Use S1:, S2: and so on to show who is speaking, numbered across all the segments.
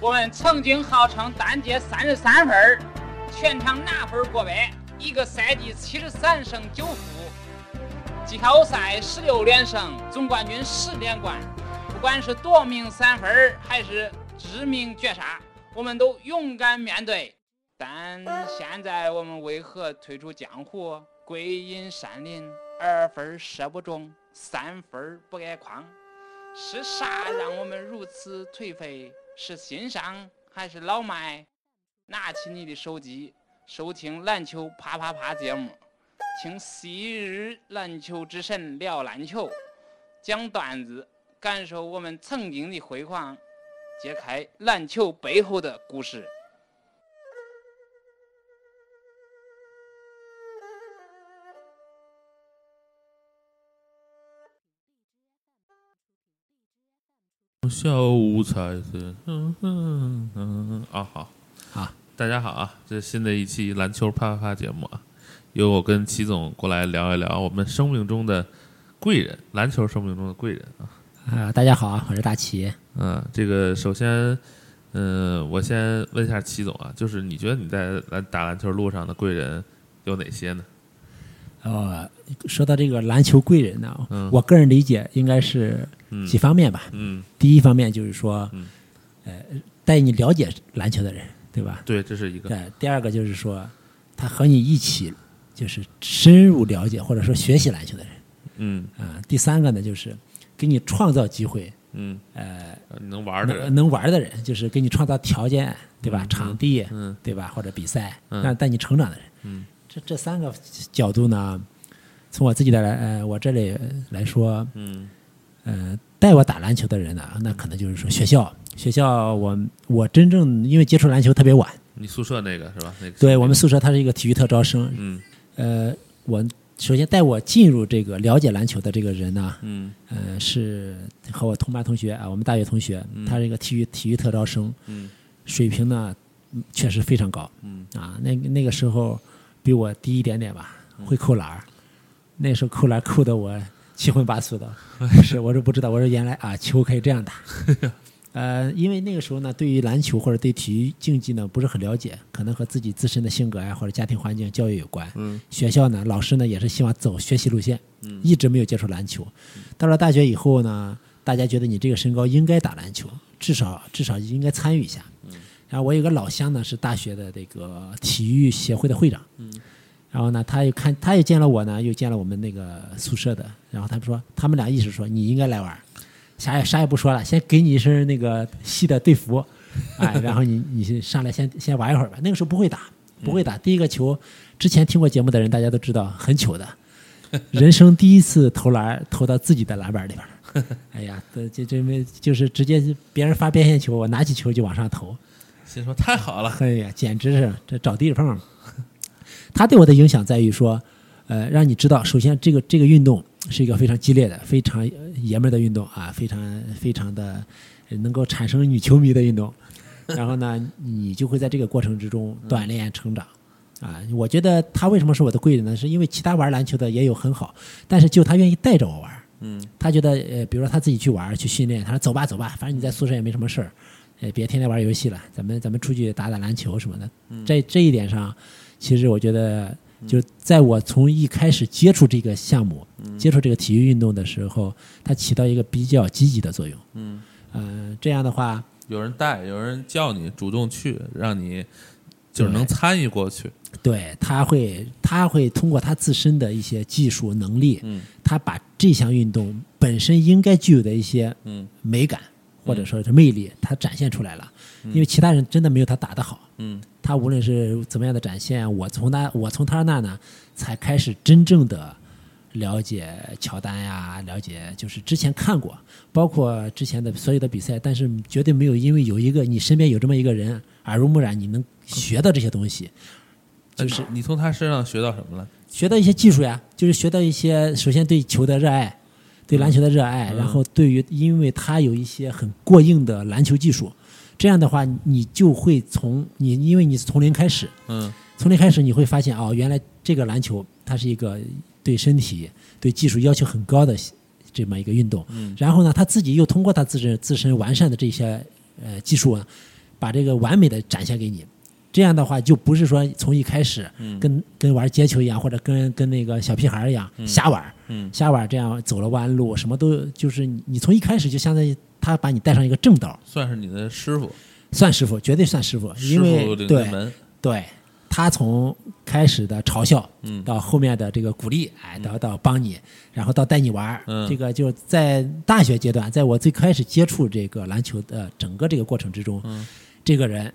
S1: 我们曾经号称单节三十三分儿，全场拿分过百，一个赛季七十三胜九负，季后赛十六连胜，总冠军十连冠。不管是夺命三分儿还是致命绝杀，我们都勇敢面对。但现在我们为何退出江湖，归隐山林？二分射不中，三分不挨框，是啥让我们如此颓废？是心伤还是老迈？拿起你的手机，收听篮球啪啪啪节目，听昔日篮球之神聊篮球，讲段子，感受我们曾经的辉煌，揭开篮球背后的故事。
S2: 笑无才是，嗯嗯嗯啊好
S3: 啊，
S2: 大家好啊，这是新的一期篮球啪啪啪节目啊，由我跟齐总过来聊一聊我们生命中的贵人，篮球生命中的贵人啊，
S3: 啊、大家好啊，我是大齐。
S2: 嗯，这个首先，嗯，我先问一下齐总啊，就是你觉得你在篮打篮球路上的贵人有哪些呢？
S3: 呃，说到这个篮球贵人呢，
S2: 嗯
S3: 我个人理解应该是
S2: 嗯
S3: 几方面吧。
S2: 嗯，
S3: 第一方面就是说，
S2: 嗯
S3: 呃，带你了解篮球的人，对吧？
S2: 对，这是一个，
S3: 对。第二个就是说，他和你一起就是深入了解或者说学习篮球的人
S2: 嗯
S3: 啊、第三个呢，就是给你创造机会，
S2: 嗯，
S3: 呃，
S2: 你能玩的
S3: 能
S2: 人，
S3: 能玩的人，就是给你创造条件，对吧？场地，
S2: 嗯
S3: 对吧？或者比赛，
S2: 嗯
S3: 让带你成长的人。
S2: 嗯
S3: 这这三个角度呢，从我自己的来呃我这里来说，
S2: 嗯
S3: 呃，带我打篮球的人呢，那可能就是说学校，学校我我真正因为接触篮球特别晚，
S2: 你宿舍那个是吧？那个
S3: 对我们宿舍它是一个体育特招生，
S2: 嗯
S3: 呃，我首先带我进入这个了解篮球的这个人呢，
S2: 嗯
S3: 呃，是和我同班同学啊，我们大学同学，他是一个体育体育特招生，
S2: 嗯
S3: 水平呢嗯确实非常高，
S2: 嗯
S3: 啊，那那个时候比我低一点点吧，
S2: 嗯
S3: 会扣篮儿。那时候扣篮儿扣的我七荤八 素的，是我是不知道，我说原来啊球可以这样打。呃，因为那个时候呢，对于篮球或者对体育竞技呢不是很了解，可能和自己自身的性格呀或者家庭环境、教育有关。
S2: 嗯，
S3: 学校呢，老师呢也是希望走学习路线，嗯，一直没有接触篮球。到了大学以后呢，大家觉得你这个身高应该打篮球，至少至少应该参与一下。嗯，然后我有个老乡呢是大学的这个体育协会的会长，嗯，然后呢他又看他又见了我呢，又见了我们那个宿舍的，然后他说他们俩一直说你应该来玩儿，啥也啥也不说了，先给你一身那个系的队服，哎，然后你你上来先先玩一会儿吧。那个时候不会打，不会打。第一个球，之前听过节目的人大家都知道，很糗的，人生第一次投篮投到自己的篮板里边儿。哎呀，这这这没就是直接别人发边线球，我拿起球就往上投，
S2: 心说太好了，
S3: 哎呀，简直是这找地缝儿。他对我的影响在于说，呃，让你知道，首先这个这个运动是一个非常激烈的、非常呃爷们儿的运动啊，非常非常的呃能够产生女球迷的运动。然后呢，你就会在这个过程之中锻炼成长。啊，我觉得他为什么是我的贵人呢？是因为其他玩篮球的也有很好，但是就他愿意带着我玩。
S2: 嗯，
S3: 他觉得呃，比如说他自己去玩儿去训练，他说走吧走吧，反正你在宿舍也没什么事儿，呃，别天天玩游戏了，咱们咱们出去打打篮球什么的。
S2: 嗯
S3: 在这一点上，其实我觉得，就是在我从一开始接触这个项目、
S2: 嗯
S3: 接触这个体育运动的时候，它起到一个比较积极的作用。
S2: 嗯，
S3: 呃，这样的话，
S2: 有人带，有人叫你，主动去，让你就是能
S3: 对
S2: 参与过去。
S3: 对他会他会通过他自身的一些技术能力，
S2: 嗯
S3: 他把这项运动本身应该具有的一些
S2: 嗯
S3: 美感或者说是魅力，他展现出来了。因为其他人真的没有他打得好。
S2: 嗯
S3: 他无论是怎么样的展现，我从他我从他那呢，才开始真正的了解乔丹呀，了解就是之前看过，包括之前的所有的比赛，但是绝对没有因为有一个你身边有这么一个人耳濡目染，你能学到这些东西，就是
S2: 呃你从他身上学到什么了？
S3: 学到一些技术呀，就是学到一些首先对球的热爱，对篮球的热爱，然后对于因为他有一些很过硬的篮球技术，这样的话你就会从你因为你是从零开始。
S2: 嗯
S3: 从零开始，你会发现哦，原来这个篮球它是一个对身体、对技术要求很高的这么一个运动。
S2: 嗯
S3: 然后呢，他自己又通过他自身自身完善的这些呃技术啊，把这个完美的展现给你。这样的话，就不是说从一开始
S2: 嗯
S3: 跟跟玩街球一样，或者跟跟那个小屁孩儿一样瞎玩儿，
S2: 嗯
S3: 瞎玩儿这样走了弯路，什么都就是你你从一开始就相当于他把你带上一个正道，
S2: 算是你的师傅，
S3: 算师傅，绝对算师傅，
S2: 师
S3: 因
S2: 傅
S3: 为
S2: 领进
S3: 对
S2: 门，
S3: 对，他从开始的嘲笑，
S2: 嗯
S3: 到后面的这个鼓励，哎，到到帮你，然后到带你玩儿，
S2: 嗯
S3: 这个就在大学阶段，在我最开始接触这个篮球的整个这个过程之中，
S2: 嗯
S3: 这个人，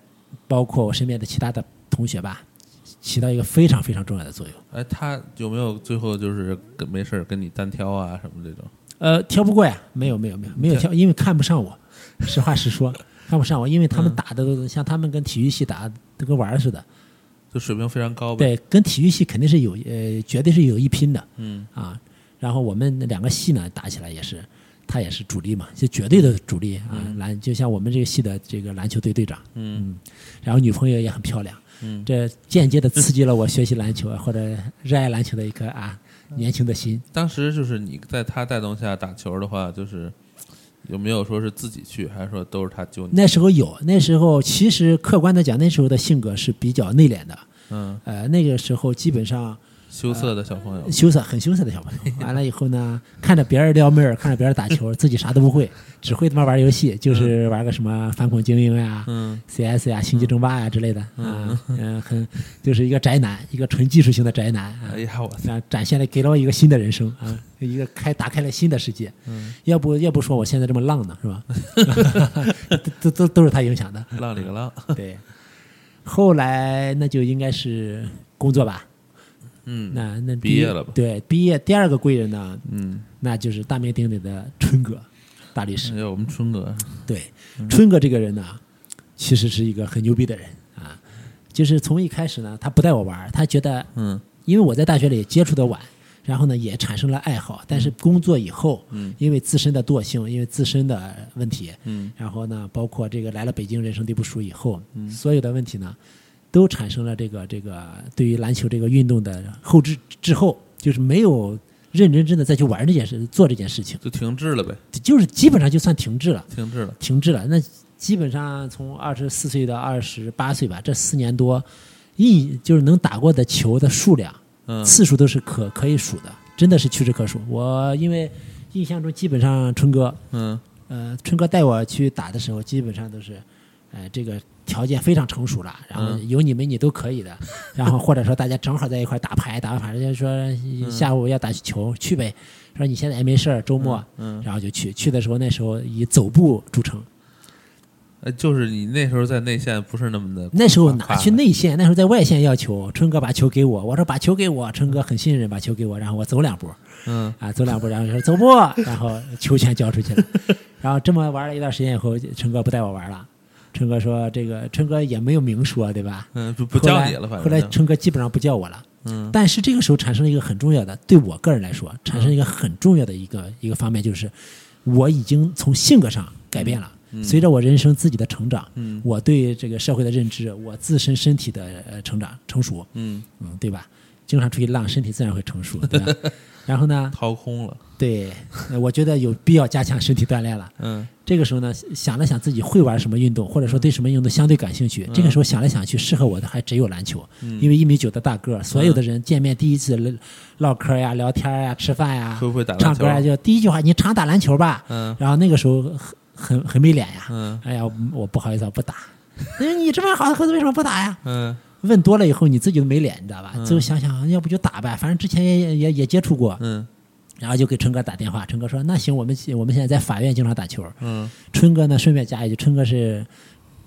S3: 包括我身边的其他的同学吧，起到一个非常非常重要的作用。
S2: 哎，他有没有最后就是跟没事儿跟你单挑啊什么这种？
S3: 呃，挑不过呀，没有没有没有没有挑，因为看不上我，实话实说，看不上我，因为他
S2: 嗯
S3: 们打的都像他们跟体育系打的都跟玩儿似的，
S2: 就水平非常高呗。
S3: 对，跟体育系肯定是有呃，绝对是有一拼的，
S2: 嗯
S3: 啊。然后我们两个系呢打起来也是，他也是主力嘛，就绝对的主力啊。篮就像我们这个系的这个篮球队队长，
S2: 嗯
S3: 然后女朋友也很漂亮，
S2: 嗯
S3: 这间接的刺激了我学习篮球啊或者热爱篮球的一颗啊年轻的心。
S2: 当时就是你在他带动下打球的话，就是有没有说是自己去，还是说都是他救你？
S3: 那时候有，那时候其实客观的讲，那时候的性格是比较内敛的，
S2: 嗯，
S3: 呃，那个时候基本上。
S2: 羞涩的小朋友，
S3: 羞涩，很羞涩的小朋友。完了以后呢，看着别人撩妹儿，看着别人打球，自己啥都不会，只会他妈玩游戏，就是玩个什么反恐精英呀、
S2: 嗯
S3: CS 呀、星际争霸呀之类的啊，嗯，很就是一个宅男，一个纯技术型的宅男啊
S2: 哎。呀，我 操，
S3: 那展现了给了我一个新的人生啊，一个开打开了新的世界。
S2: 嗯，
S3: 要不要不说我现在这么浪呢，是吧？ 都都都都是他影响的。
S2: 浪里个浪，
S3: 对， 后来那就应该是工作吧。
S2: 嗯
S3: 那那
S2: 毕
S3: 第一
S2: 业了吧
S3: 对，毕业第二个贵人呢，
S2: 嗯，
S3: 那就是大名鼎鼎的春哥，大律师
S2: 哎。呦，我们春哥，
S3: 对，春哥这个人呢，其实是一个很牛逼的人啊。就是从一开始呢，他不带我玩儿，他觉得，
S2: 嗯
S3: 因为我在大学里也接触的晚，然后呢也产生了爱好，但是工作以后，
S2: 嗯
S3: 因为自身的惰性，因为自身的问题，
S2: 嗯
S3: 然后呢，包括这个来了北京人生地不熟以后，所有的问题呢，都产生了这个这个对于篮球这个运动的后知滞后，就是没有认认真真的再去玩这件事，做这件事情，
S2: 就停滞了呗，
S3: 就是基本上就算停滞了，
S2: 停滞了，
S3: 停滞了。那基本上从二十四岁到二十八岁吧，这四年多，一就是能打过的球的数量
S2: 嗯
S3: 次数都是可可以数的，真的是屈指可数。我因为印象中基本上春哥
S2: 嗯
S3: 呃，春哥带我去打的时候，基本上都是，呃，这个条件非常成熟了，然后
S2: 嗯
S3: 有你没你都可以的，然后或者说大家正好在一块儿打牌，打完牌人家
S2: 嗯
S3: 说下午要打球，去呗，说你现在也没事儿，周末，
S2: 嗯，
S3: 然后就去，去的时候那时候以走步著称，
S2: 哎，就是你那时候在内线不是那么的，
S3: 那时候
S2: 夸
S3: 哪
S2: 夸
S3: 去内线，那时候在外线要球，春哥把球给我，我说把球给我，春哥很信任把球给我，然后我走两步，
S2: 嗯
S3: 啊，走两步，然后说走步，然后球全交出去了。然后这么玩了一段时间以后，陈哥不带我玩了。陈哥说：“这个陈哥也没有明说，对吧？
S2: 嗯，不不叫你了，
S3: 后来
S2: 反
S3: 后来
S2: 正就
S3: 陈哥基本上不叫我了。
S2: 嗯
S3: 但是这个时候产生了一个很重要的，对我个人来说，产生一个很重要的一个一个方面，就是我已经从性格上改变了。随着我人生自己的成长，
S2: 嗯
S3: 我对这个社会的认知，我自身身体的呃成长成熟，
S2: 嗯
S3: 嗯，对吧？经常出去浪，身体自然会成熟，对吧？ 然后呢，
S2: 掏空了，
S3: 对，呃我觉得有必要加强身体锻炼了。
S2: 嗯
S3: 这个时候呢，想了想自己会玩什么运动，或者说对什么运动相对感兴
S2: 嗯
S3: 趣。这个时候想来想去，适合我的还只有篮球，因为一米九的大个儿，所有的人见面第一次唠嗑呀、聊天呀、吃饭呀、
S2: 会不会打篮
S3: 唱歌呀，
S2: 球
S3: 就第一句话你常打篮球吧。
S2: 嗯
S3: 然后那个时候很很很没脸呀，
S2: 嗯
S3: 哎呀，我不好意思，我不 打。哎，你这么好的猴子为什么不打呀？
S2: 嗯
S3: 问多了以后，你自己都没脸，你知道吧？最后想想，要不就打呗，反正之前也也也也接触过，
S2: 嗯
S3: 然后就给春哥打电话，春哥说：“那行，我们我们现在在法院经常打球。
S2: 嗯”
S3: 春哥呢，顺便加一句，春哥是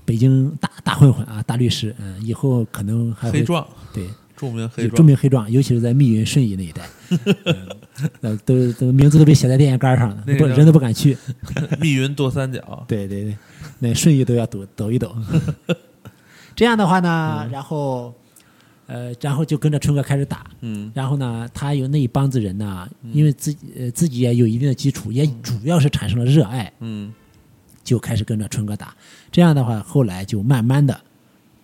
S3: 北京大大混混啊，大律师，嗯，以后可能还
S2: 黑
S3: 会
S2: 壮，
S3: 哎对
S2: 著名黑
S3: 有
S2: 壮，
S3: 著名黑壮，尤其是在密云、顺义那一 带，嗯那都都名字都被写在电线杆上了
S2: 那，个
S3: 不
S2: 叫
S3: 人都不 敢去。
S2: 密云剁三角，
S3: 对对对，那顺义都要抖抖 一抖。这样的话呢，
S2: 嗯
S3: 然后呃，然后就跟着春哥开始打，
S2: 嗯
S3: 然后呢，他有那一帮子人呢，因为自己、呃自己也有一定的基础，也主要是产生了热爱，
S2: 嗯
S3: 就开始跟着春哥打。这样的话，后来就慢慢的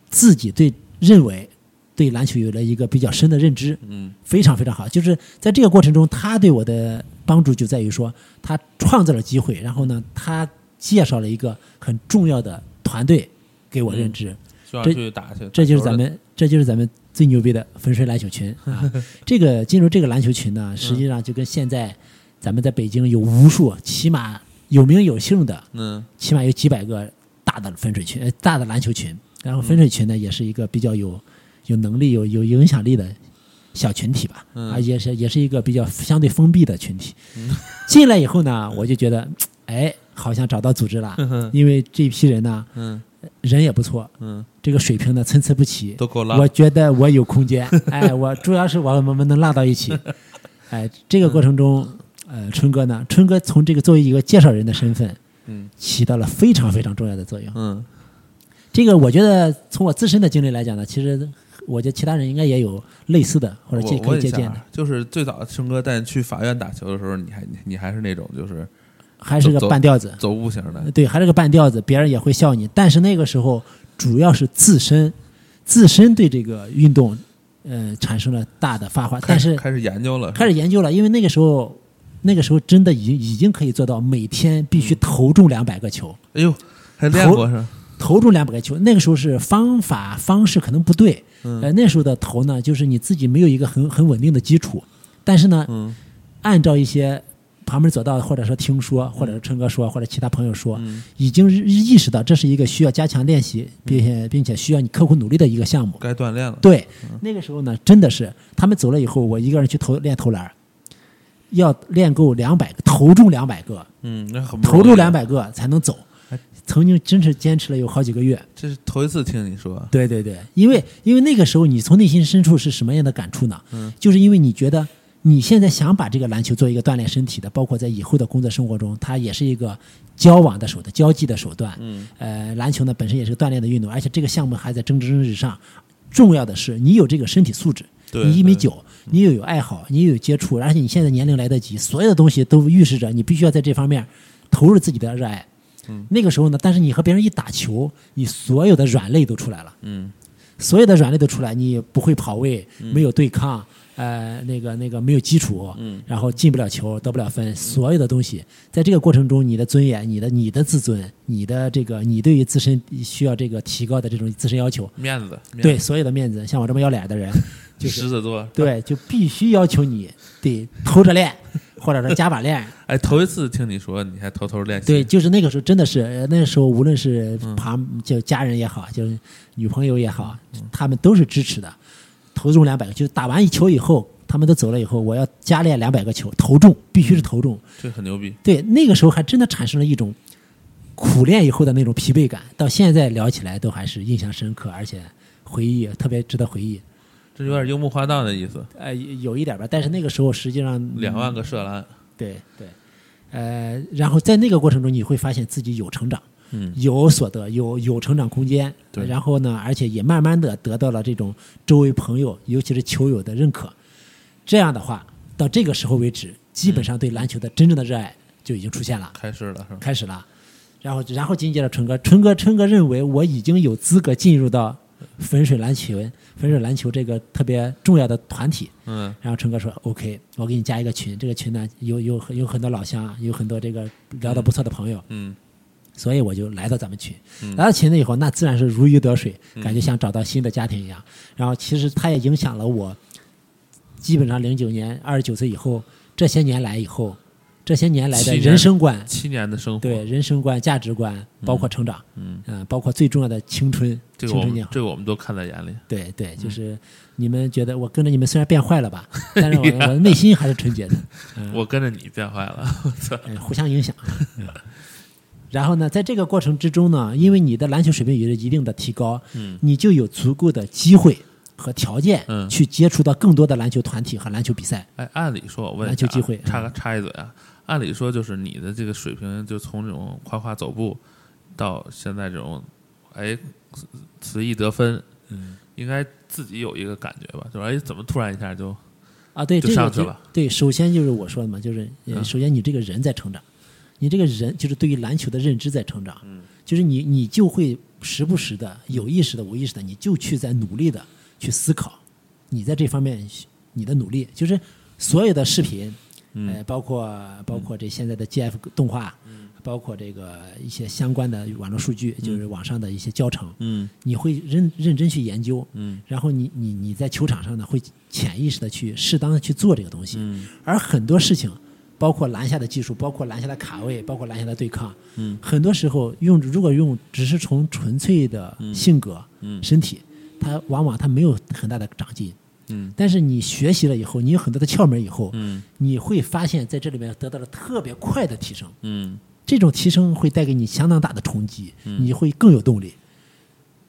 S3: 自己对认为对篮球有了一个比较深的认知，
S2: 嗯
S3: 非常非常好。就是在这个过程中，他对我的帮助就在于说，他创造了机会，然后呢，他介绍了一个很重要的团队给我认知。
S2: 需要
S3: 这
S2: 去打去，
S3: 这就
S2: 打球
S3: 是咱
S2: 的
S3: 们，这就是咱们最牛逼的粉水篮球群啊！这个进入这个篮球群呢，实际上就跟现在咱们在北京有无数，起码有名有姓的，
S2: 嗯
S3: 起码有几百个大的粉水群，呃大的篮球群。
S2: 嗯
S3: 然后粉水群呢，也是一个比较有有能力、有有影响力的小群体吧，
S2: 嗯
S3: 啊，也是也是一个比较相对封闭的群体。进来以后呢，
S2: 嗯
S3: 我就觉得，哎，好像找到组织了，
S2: 哼
S3: 因为这批人呢，
S2: 嗯
S3: 人也不错，
S2: 嗯，
S3: 这个水平呢参差不齐，
S2: 都够拉
S3: 我觉得我有空 间，哎，我主要是我们能拉到一起，哎，这个过程中，呃，春哥呢，春哥从这个作为一个介绍人的身份，
S2: 嗯，
S3: 起到了非常非常重要的作用。
S2: 嗯
S3: 这个我觉得从我自身的经历来讲呢，其实我觉得其他人应该也有类似的或
S2: 我
S3: 者借
S2: 我
S3: 可
S2: 问
S3: 以
S2: 一
S3: 借
S2: 下
S3: 鉴的
S2: 啊，，就是最早生哥带你去法院打球的时候，你还你你还是那种就是
S3: 还是个
S2: 走
S3: 半吊子，
S2: 走步型的，
S3: 对，还是个半吊子，别人也会笑你。但是那个时候主要是自身，自身对这个运动，呃，产生了大的发挥，
S2: 开
S3: 但
S2: 始
S3: 是
S2: 开始研究了，
S3: 开始研究了，因为那个时候，那个时候真的已经已经可以做到每天必须投中两百个球，
S2: 哎呦，还练
S3: 头
S2: 过是吧？
S3: 投中两百个球。那个时候是方法方式可能不对，
S2: 嗯
S3: 呃，那时候的投呢，就是你自己没有一个很很稳定的基础，但是呢，
S2: 嗯
S3: 按照一些旁门左道，或者说听
S2: 嗯
S3: 说，或者是春哥说，或者其他朋友说，已经意识到这是一个需要加强练习，并且并且需要你刻苦努力的一个项目。
S2: 该锻炼了，
S3: 对，那个时候呢，真的是他们走了以后，我一个人去投练投篮儿，要练够两百个，投中两百个，
S2: 嗯，那很不
S3: 投
S2: 容易
S3: 中两，百个才能走
S2: 哎。
S3: 曾经真是坚持了有好几个月。
S2: 这是头一次听你说，
S3: 对对对，因为因为那个时候你从内心深处是什么样的感触呢？
S2: 嗯，
S3: 就是因为你觉得你现在想把这个篮球做一个锻炼身体的，包括在以后的工作生活中，它也是一个交往的手段、交际的手段。
S2: 嗯，
S3: 呃，篮球呢本身也是个锻炼的运动，而且这个项目还在蒸蒸日上。重要的是你有这个身体素质，
S2: 对
S3: 你一米
S2: 对
S3: 九，你又有爱好，你又有接触，而且你现在年龄来得及，所有的东西都预示着你必须要在这方面投入自己的热爱。
S2: 嗯
S3: 那个时候呢，但是你和别人一打球，你所有的软肋都出来了。
S2: 嗯
S3: 所有的软肋都出来，你不会跑位，没有对抗，呃，那个那个没有基础，
S2: 嗯
S3: 然后进不了球，得不了分，所有的东西，在这个过程中，你的尊严、你的你的自尊、你的这个你对于自身需要这个提高的这种自身要求，
S2: 面子，面
S3: 对
S2: 子，
S3: 所有的面子，像我这么要脸的人，就是
S2: 狮子座，
S3: 对就必须要求你得偷着练，或者说加把 练，
S2: 哎，头一次听你说，你还偷偷练习，
S3: 对，就是那个时候，真的是呃那个时候，无论是旁就家人也好，就是女朋友也好，他们都是支持的。投中两百个，就是打完一球以后，他们都走了以后，我要加练两百个球，投中必须是投中。
S2: 这很牛逼，
S3: 对，那个时候还真的产生了一种苦练以后的那种疲惫感，到现在聊起来都还是印象深刻，而且回忆特别值得回忆。
S2: 这有点樱木花道的意思，
S3: 呃，有一点吧，但是那个时候实际上
S2: 两万个射篮，
S3: 对对，呃，然后在那个过程中，你会发现自己有成长，
S2: 嗯
S3: 有所得，有有成长空间。
S2: 对
S3: 然后呢，而且也慢慢的得到了这种周围朋友，尤其是球友的认可。这样的话，到这个时候为止，基本
S2: 嗯
S3: 上对篮球的真正的热爱就已经出现了，
S2: 开始了是吧？
S3: 开始了。然后，然后紧接着春哥，春哥，春哥认为我已经有资格进入到粉水篮球、粉水篮球这个特别重要的团体。
S2: 嗯
S3: 然后春哥说 OK，我给你加一个群，这个群呢有有有很多老乡，啊有很多这个聊得不错的朋友，
S2: 嗯，
S3: 所以我就来到咱们群。来到群了以后，那自然是如鱼得水，
S2: 嗯
S3: 感觉像找到新的家庭一样。然后其实它也影响了我，基本上零九年二十九岁以后，这些年来以后，这些年来
S2: 七
S3: 的
S2: 年
S3: 人生观，
S2: 七年的生活，
S3: 对人生观、价值观，包括成长，
S2: 哦嗯
S3: 呃包括最重要的青春，
S2: 这
S3: 青
S2: 个我
S3: 春
S2: 们
S3: 年华。
S2: 这个我们都看在眼里，
S3: 对对，
S2: 嗯
S3: 就是你们觉得我跟着你们虽然变坏 了吧，但是我我的内心还是纯洁的。嗯
S2: 我跟着你变坏了，我操，
S3: 呃，互相影响。然后呢，在这个过程之中呢，因为你的篮球水平有了一定的提高，
S2: 嗯
S3: 你就有足够的机会和条件
S2: 嗯
S3: 去接触到更多的篮球团体和篮球比赛。
S2: 哎，按理说，我问
S3: 篮
S2: 一下
S3: 球
S2: 啊
S3: 机会嗯
S2: 插个插一嘴啊，按理说就是你的这个水平，就从这种夸夸走步到现在这种，哎，随意得分，
S3: 嗯，
S2: 应该自己有一个感觉吧？就是哎，怎么突然一下就
S3: 啊，对，
S2: 就
S3: 这
S2: 上
S3: 个
S2: 去了
S3: 对，首先就是我说的嘛，就是、呃
S2: 嗯
S3: 首先你这个人在成长，你这个人就是对于篮球的认知在成长，
S2: 嗯
S3: 就是你你就会时不时的、有意识的、无意识的，你就去在努力的去思考，你在这方面你的努力，
S2: 嗯
S3: 哎就是所有的视频，呃，包括包括这现在的 GF 动画，包括这个一些相关的网络数据，就是网上的一些教程，
S2: 嗯
S3: 你会认认真去研究，
S2: 嗯
S3: 然后你你你在球场上呢，会潜意识的去适当的去做这个东西，
S2: 嗯
S3: 而很多事情，包括篮下的技术，包括篮下的卡位，包括篮下的对抗，
S2: 嗯
S3: 很多时候用如果用只是从纯粹的性格、
S2: 嗯
S3: 身体，它往往它没有很大的长进。
S2: 嗯
S3: 但是你学习了以后，你有很多的窍门以后，
S2: 嗯
S3: 你会发现在这里面得到了特别快的提升。
S2: 嗯
S3: 这种提升会带给你相当大的冲击，你会更有动力。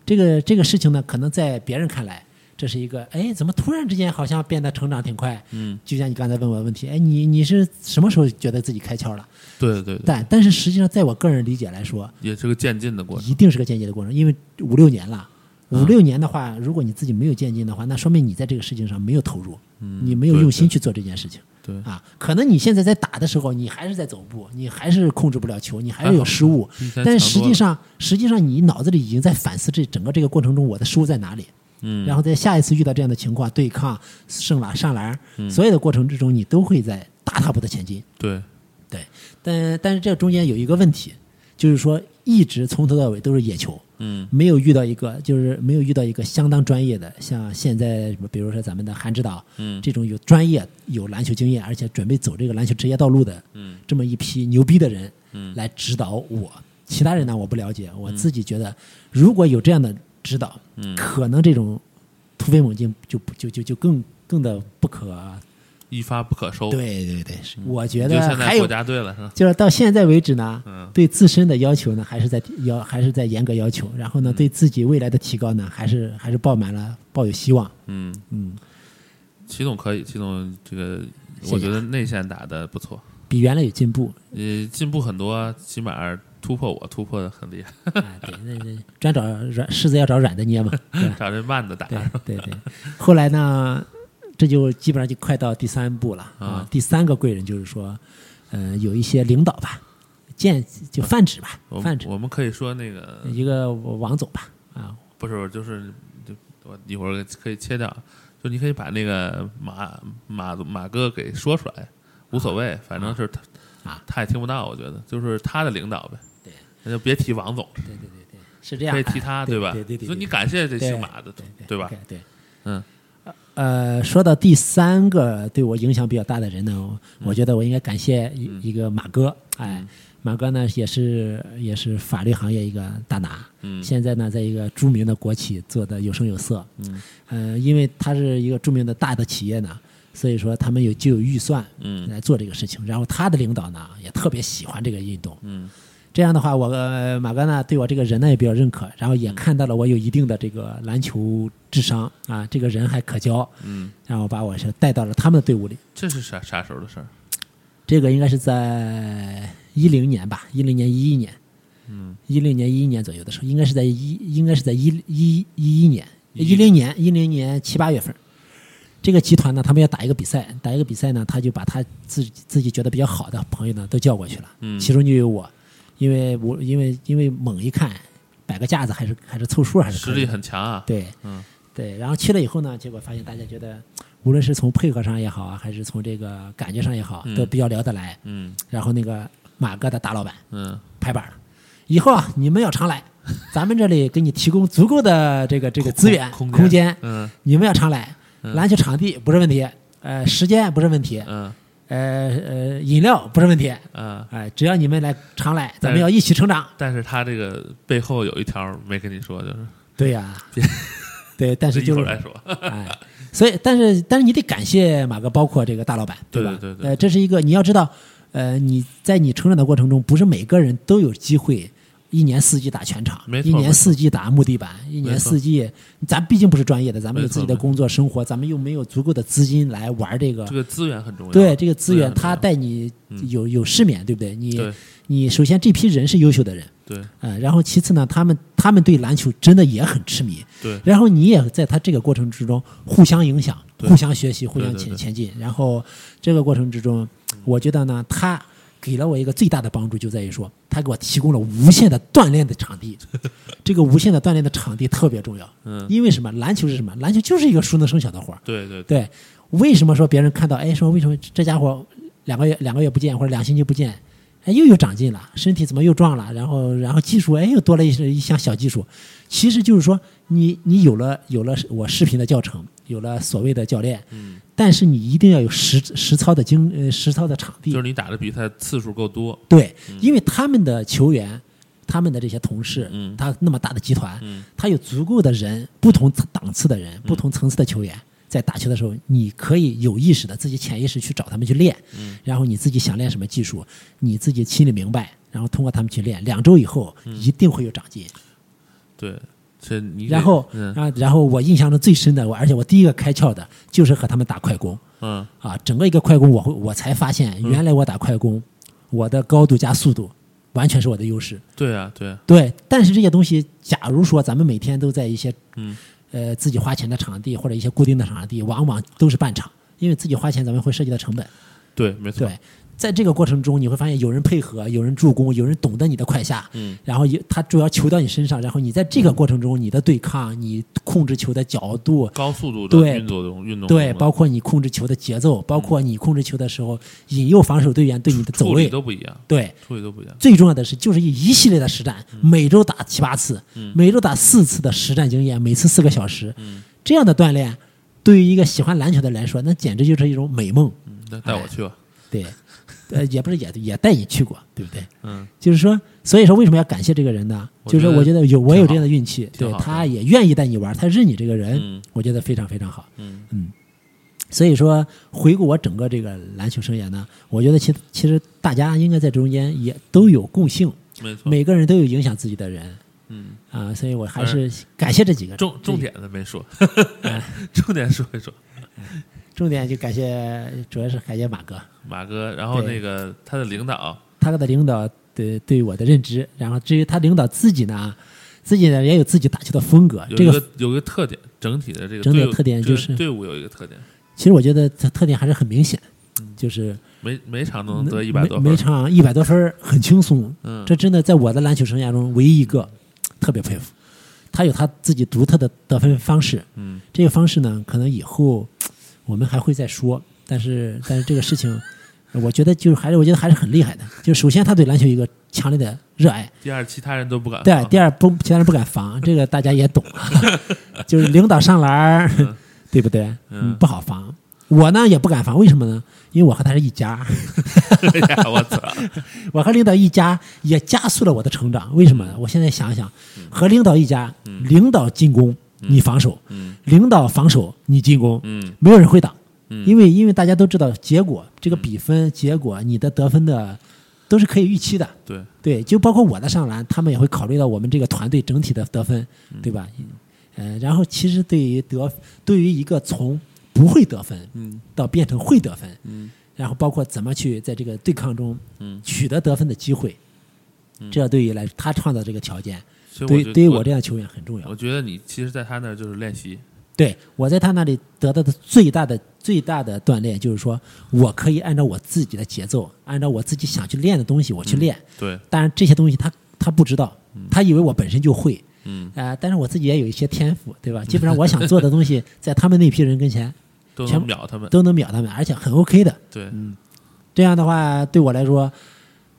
S3: 这个这个事情呢，可能在别人看来，这是一个哎，怎么突然之间好像变得成长挺快？
S2: 嗯，
S3: 就像你刚才问我的问题，哎，你你是什么时候觉得自己开窍了？
S2: 对对对，
S3: 但但是实际上，在我个人理解来说，
S2: 也是个渐进的过程。
S3: 一定是个间接的过程，因为五六年了。
S2: 嗯
S3: 五六年的话，如果你自己没有渐进的话，那说明你在这个事情上没有投入，你没有
S2: 对
S3: 用心
S2: 对
S3: 去做这件事情。
S2: 嗯对
S3: 啊，可能你现在在打的时候，你还是在走步，你还是控制不了球，你还是有失误
S2: 还好比以。前
S3: 但是
S2: 嗯强
S3: 实
S2: 多
S3: 际
S2: 了
S3: 上，实际上你脑子里已经在反思这整个这个过程中我的失误在哪里。
S2: 嗯
S3: 然后在下一次遇到这样的情况，对抗、上篮、上篮，
S2: 嗯
S3: 所有的过程之中，你都会在大踏步的前进。
S2: 对，
S3: 对，但但是这中间有一个问题，就是说一直从头到尾都是野球，
S2: 嗯
S3: 没有遇到一个就是没有遇到一个相当专业的，像现在什么，比如说咱们的韩指导，
S2: 嗯
S3: 这种有专业有篮球经验，而且准备走这个篮球职业道路的，
S2: 嗯
S3: 这么一批牛逼的人，
S2: 嗯
S3: 来指导我。其他人呢，我不了解，我自己觉得，如果有这样的指导，
S2: 嗯
S3: 可能这种突飞猛进就不就就就更更的不可。
S2: 一发不可收。，
S3: 对对对，是我觉
S2: 就
S3: 得
S2: 现
S3: 还
S2: 在
S3: 有
S2: 国家队了是吧？
S3: 就是到现在为止呢，
S2: 嗯
S3: 对自身的要求呢，还是在要还是在严格要求，然后
S2: 嗯
S3: 呢，对自己未来的提高呢，还是还是抱满了抱有希望。
S2: 嗯，
S3: 嗯，
S2: 齐总可以，齐总这个
S3: 谢谢
S2: 我觉得内线打的不错，
S3: 比原来有 进步。
S2: 呃，进步很多，起码突破我突破的很厉害，
S3: 啊，对，那那专找软柿子要找软的 捏嘛，对吧？
S2: 找这慢的打。
S3: 对对对。后来呢，这就基本上就快到第三步了啊
S2: 啊。
S3: 第三个贵人就是说，呃，有一些领导吧，见就泛指吧
S2: 啊我，
S3: 泛
S2: 们
S3: 指
S2: 我们可以说那个
S3: 一个王总吧，啊，
S2: 不是，就是就我一会儿可以切掉，就你可以把那个马马马哥给说出来，无所谓，反正是他
S3: 啊
S2: 他也听不到，我觉得就是他的领导呗。
S3: 对，
S2: 那就别提王总，
S3: 对对对对，是这样。
S2: 可以提他，
S3: 哎
S2: 吧？
S3: 对对对对，
S2: 所以你感谢这
S3: 对
S2: 姓马的，
S3: 对
S2: 吧？？
S3: 对，
S2: 嗯
S3: 呃，说到第三个对我影响比较大的人呢，
S2: 嗯
S3: 我我觉得我应该感谢一一个马哥，哎，马哥呢也是也是法律行业一个大拿，
S2: 嗯
S3: 现在呢在一个著名的国企做的有声有色，
S2: 嗯，
S3: 呃，因为他是一个著名的大的企业呢，所以说他们有就有预算，
S2: 嗯
S3: 来做这个事情，然后他的领导呢也特别喜欢这个运动，
S2: 嗯
S3: 这样的话，我呃马哥呢对我这个人呢也比较认可，然后也看到了我有一定的这个篮球智商啊，这个人还可交，
S2: 嗯，
S3: 然后把我是带到了他们的队伍里。
S2: 这是啥啥时候的事儿？
S3: 这个应该是在一零年吧，一零年一一年，嗯，一零年一一年左右的时候，应该是在一应该是在一一一一年一零年一零年七八月份。这个集团呢，他们要打一个比赛，打一个比赛呢，他就把他自己自己觉得比较好的朋友呢都叫过去了，
S2: 嗯
S3: 其中就有我，因为我因为因为猛一看摆个架子还是还是凑数还是
S2: 实
S3: 可以
S2: 力
S3: 的
S2: 很强啊。
S3: 对，
S2: 嗯，
S3: 对，然后去了以后呢，结果发现大家觉得，无论是从配合上也好啊，还是从这个感觉上也好，都比较聊得来。
S2: 嗯
S3: 然后那个马哥的大老板
S2: 嗯，
S3: 拍板了，以后啊你们要常来，咱们这里给你提供足够的这个这个
S2: 空
S3: 资源
S2: 空
S3: 空间，
S2: 嗯
S3: 你们要常来，篮球场地不是问题，呃，时间不是问题，
S2: 嗯
S3: 呃呃，饮料不是问题，哎、
S2: 嗯。
S3: 只要你们来常来，咱
S2: 但
S3: 们
S2: 是
S3: 要一起成长。
S2: 但是他这个背后有一条没跟你说，就是
S3: 对呀、 对，但是
S2: 这一
S3: 就
S2: 会儿再
S3: 是
S2: 说。
S3: 哎，所以，但是，但是你得感谢马哥，包括这个大老板，
S2: 对
S3: 吧？
S2: 对对对
S3: 呃，这是一个你要知道，呃，你在你成长的过程中，不是每个人都有机会一年四季打全场，
S2: 没错
S3: 一年四季打木地板，一年四季，咱毕竟不是专业的，咱们有自己的
S2: 没错
S3: 工作生活，咱们又没有足够的资金来玩这个。
S2: 这个资源很重要。
S3: 对这个资源，
S2: 很重
S3: 他
S2: 要
S3: 带你有有失眠，对不对？你
S2: 啊嗯对
S3: 你首先这批人是优秀的人，
S2: 对
S3: 呃，然后其次呢，他们他们对篮球真的也很痴迷，
S2: 对，
S3: 然后你也在他这个过程之中互相影响、
S2: 对
S3: 互相学习、互相
S2: 对对
S3: 前
S2: 对
S3: 前进。然后这个过程之中，我觉得呢，他给了我一个最大的帮助，就在于说他给我提供了无限的锻炼的场地。这个无限的锻炼的场地特别重要，
S2: 嗯，
S3: 因为什么？篮球是什么？篮球就是一个熟能生巧的活儿。
S2: 对对对，
S3: 对，为什么说别人看到哎说为什么这家伙两个月两个月不见或者两星期不见，哎，又有长进了，身体怎么又壮了？然后，然后技术，哎，又多了一一项小技术。其实就是说，你你有了有了我视频的教程，有了所谓的教练，
S2: 嗯，
S3: 但是你一定要有实实操的经呃实操的场地，
S2: 就是你打的比赛次数够多，
S3: 对，因为他们的球员，他们的这些同事，
S2: 嗯
S3: 他那么大的集团，
S2: 嗯
S3: 他有足够的人，不同档次的人，不同层次的球员。在打球的时候，你可以有意识的自己潜意识去找他们去练，
S2: 嗯
S3: 然后你自己想练什么技术，你自己心里明白，然后通过他们去练，两周以后
S2: 嗯
S3: 一定会有长进。
S2: 对，这你给
S3: 然后
S2: 嗯
S3: 啊，然后我印象中最深的，我而且我第一个开窍的就是和他们打快攻，
S2: 嗯
S3: 啊，整个一个快攻我会我才发现，原来我打快攻，我的高度加速度完全是我的优势。
S2: 对啊对啊，
S3: 对，但是这些东西，假如说咱们每天都在一些
S2: 嗯
S3: 呃自己花钱的场地或者一些固定的场地，往往都是半场，因为自己花钱咱们会涉及到成本。
S2: 对，没错，
S3: 对，在这个过程中你会发现有人配合，有人助攻，有人懂得你的快下，
S2: 嗯，
S3: 然后也他主要球到你身上，然后你在这个过程中你的对抗，你控制球的角度，
S2: 高速度的
S3: 对
S2: 运动中运动
S3: 对，
S2: 中
S3: 包括你控制球的节奏，包括你控制球的时候引诱防守队员对你的走
S2: 处理
S3: 位，
S2: 都不一样，
S3: 对。
S2: 处理都不一样，
S3: 最重要的是，就是一一系列的实战，
S2: 嗯
S3: 每周打七八次，每周打四次的实战经验，每次四个小时，
S2: 嗯
S3: 这样的锻炼，对于一个喜欢篮球的人来说，那简直就是一种美梦。
S2: 嗯那带
S3: 哎
S2: 我去吧，
S3: 对，呃，也不是也也带你去过，对不对？
S2: 嗯，
S3: 就是说，所以说为什么要感谢这个人呢？
S2: 我
S3: 就是
S2: 觉得
S3: 我觉得有我有
S2: 挺
S3: 这样
S2: 好
S3: 的运气，
S2: 挺
S3: 对，
S2: 好
S3: 他也愿意带你玩，他认你这个人，
S2: 嗯
S3: 我觉得非常非常好。
S2: 嗯
S3: 所以说，回顾我整个这个篮球生涯呢，我觉得其其实大家应该在中间也都有共性，
S2: 没错，
S3: 每个人都有影响自己的人
S2: 嗯。
S3: 啊、所以我还是感谢这几个人。
S2: 重重
S3: 这
S2: 点的没说，
S3: 哎
S2: 重点说一说
S3: 重点就感谢，主要是感谢马哥，
S2: 马哥，然后
S3: 对
S2: 那个他的领导，
S3: 他的领导对对我的认知，然后至于他领导自己呢，自己呢也有自己打球的风格。
S2: 有
S3: 这
S2: 一
S3: 个
S2: 个有一个特点，整体的这个
S3: 整体的
S2: 队伍
S3: 特点
S2: 这个
S3: 就是
S2: 队伍有一个特点，
S3: 其实我觉得他特点还是很明显，
S2: 嗯
S3: 就是
S2: 每每场都能得一百
S3: 每
S2: 多
S3: 每
S2: 分，
S3: 场一百多分儿很轻松，
S2: 嗯，
S3: 这真的在我的篮球生涯中唯一一个，特别佩服。他有他自己独特的得分方式，
S2: 嗯
S3: 这个方式呢，可能以后我们还会再说。但是，但是这个事情，我觉得就是还是我觉得还是很厉害的。就首先他对篮球有一个强烈的热爱，
S2: 第二其他人都不敢
S3: 对，
S2: 放
S3: 第二不其他人不敢防，这个大家也懂，啊 就是领导上篮儿，对不对？
S2: 嗯
S3: 不好防。我呢也不敢防，为什么呢？因为我和他是一
S2: 嗯
S3: 家，
S2: 哎呀，我操！
S3: 我和领导一家也加速了我的成长。为什么呢？我现在想一想，和领导一家，领导进攻你防守，
S2: 嗯
S3: 领导防守你进攻，
S2: 嗯
S3: 没有人会挡，
S2: 嗯
S3: 因为因为大家都知道结果，这个比分结果，你的得分的都是可以预期的。
S2: 对，
S3: 对，就包括我的上篮，他们也会考虑到我们这个团队整体的得分，
S2: 嗯
S3: 对吧？呃，然后其实对于得，对于一个从不会得分
S2: 嗯
S3: 到变成会得分，
S2: 嗯
S3: 然后包括怎么去在这个对抗中
S2: 嗯，
S3: 取得得分的机会，这对于来他创造这个条件，
S2: 所以
S3: 对
S2: 就
S3: 对于
S2: 我
S3: 我这样的球员很重要。
S2: 我觉得你其实在他那儿就是练习，
S3: 对我在他那里得到的最大的最大的锻炼，就是说我可以按照我自己的节奏，按照我自己想去练的东西我
S2: 嗯
S3: 去练，
S2: 对，
S3: 当然这些东西他他不知道，他以为我本身就会，
S2: 嗯，
S3: 啊、但是我自己也有一些天赋，对吧？ 基本上我想做的东西，在他们那批人 跟前
S2: 都
S3: 全
S2: 能秒他们，
S3: 都嗯能秒他们，而且很 OK 的。
S2: 对
S3: 这样的话，对我来说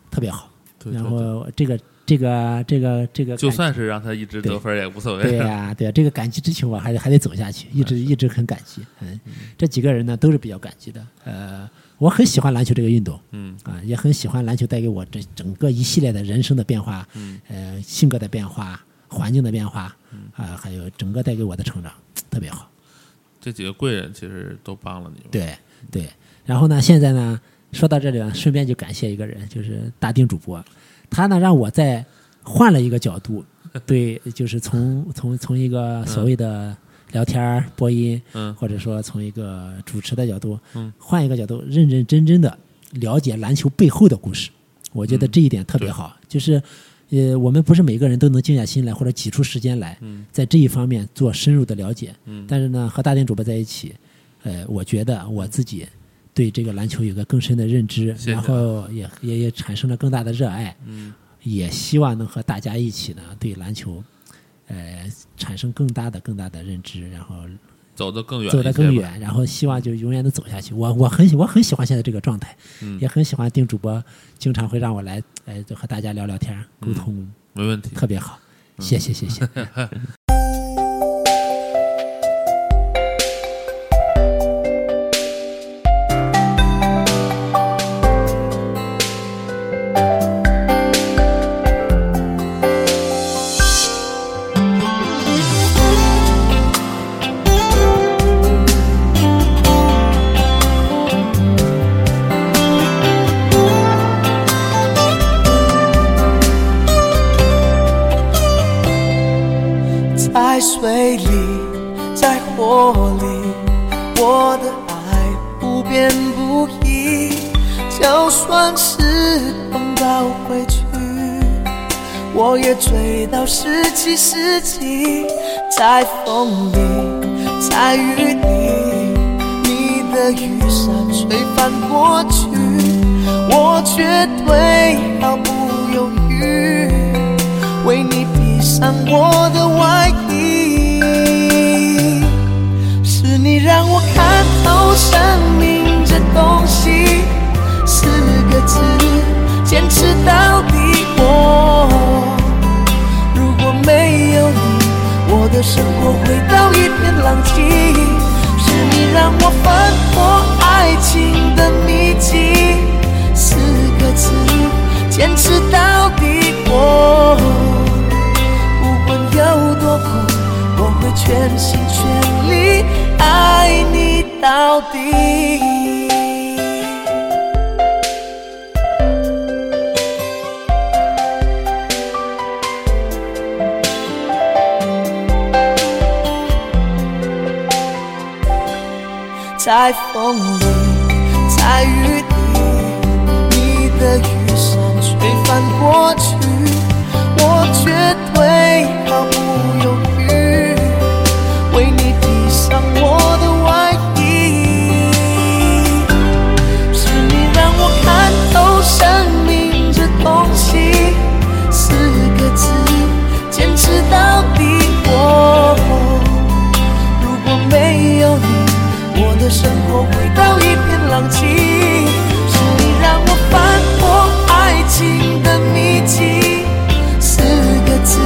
S3: 特别好。
S2: 对
S3: 然
S2: 对对，
S3: 后这个这个这个这个感，
S2: 就算是让他一直得分也无所
S3: 对
S2: 谓，
S3: 呀、对呀、这个感激之情我还得还得走下去，一直一直很感激。嗯，这几个人呢都是比较感激的。呃，我很喜欢篮球这个运动，
S2: 嗯
S3: 啊，也很喜欢篮球带给我这整个一系列的人生的变化，
S2: 嗯
S3: 呃，性格的变化，环境的变化，啊、还有整个带给我的成长，特别好。
S2: 这几个贵人其实都帮了你们，
S3: 对对，然后呢，现在呢，说到这里呢，顺便就感谢一个人，就是大丁主播，他呢让我在换了一个角度，对，就是从从从一个所谓的聊天儿、播音，
S2: 嗯
S3: 或者说从一个主持的角度，
S2: 嗯，
S3: 换一个角度，认认真真的了解篮球背后的故事，我觉得
S2: 嗯
S3: 这一点特别好，就是。呃，我们不是每个人都能静下心来，或者挤出时间来，
S2: 嗯
S3: 在这一方面做深入的了解。
S2: 嗯
S3: 但是呢，和大店主播在一起，呃，我觉得我自己对这个篮球有个更深的认知，
S2: 谢谢
S3: 然后也也也产生了更大的热爱，
S2: 嗯
S3: 也希望能和大家一起呢对篮球，呃，产生更大的更大的认知，然后
S2: 走得更远一些
S3: 走
S2: 吧，
S3: 得更远，然后希望就永远的走下去。我我很喜我很喜欢现在这个状态，
S2: 嗯
S3: 也很喜欢丁主播经常会让我来，哎，就和大家聊聊天儿，
S2: 嗯
S3: 沟通、
S2: 没问题。
S3: 特别好，谢谢谢谢。
S4: 在水里，在火里，我的爱不变不移。就算是碰到回去，我也追到十七世纪。在风里，在雨里，你的雨伞吹翻过去，我绝对毫不犹豫。为你披上我的外衣。是你让我看透生命这东西，四个字，坚持到底。我如果没有你，我的生活回到一片狼藉。是你让我翻破爱情的秘籍，四个字，坚持到底。我不管有多苦，我会全心全力爱你到底。在风里，在雨里，你的雨伞吹翻过去，我绝对毫不犹豫，为你披上我的外衣。是你让我看透生命这东西，四个字，坚持到底。我如果没有你，我的生活回到一片狼藉。是你让我翻破爱情的秘籍，四个字，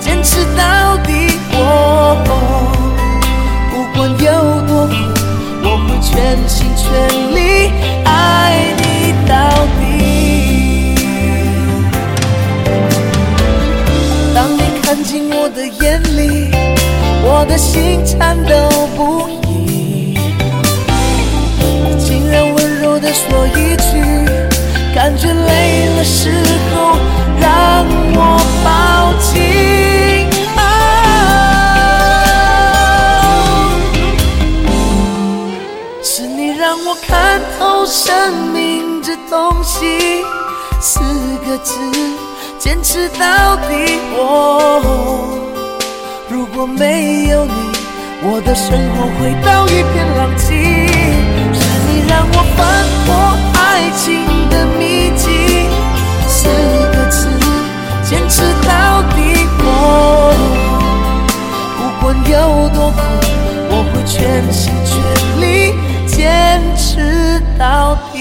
S4: 坚持到底。我不管有多苦，我会全心全力爱你到底。当你看进我的眼里，我的心颤抖不已。你竟然温柔地说一句，感觉累了时候让我抱紧。啊是你让我看透生命这东西，四个字，坚持到底。哦，如果没有你，我的生活回到一片狼藉。是你让我翻破爱情的秘籍，四个字，坚持到底。哦。不管有多苦，我会全心全力坚持到底。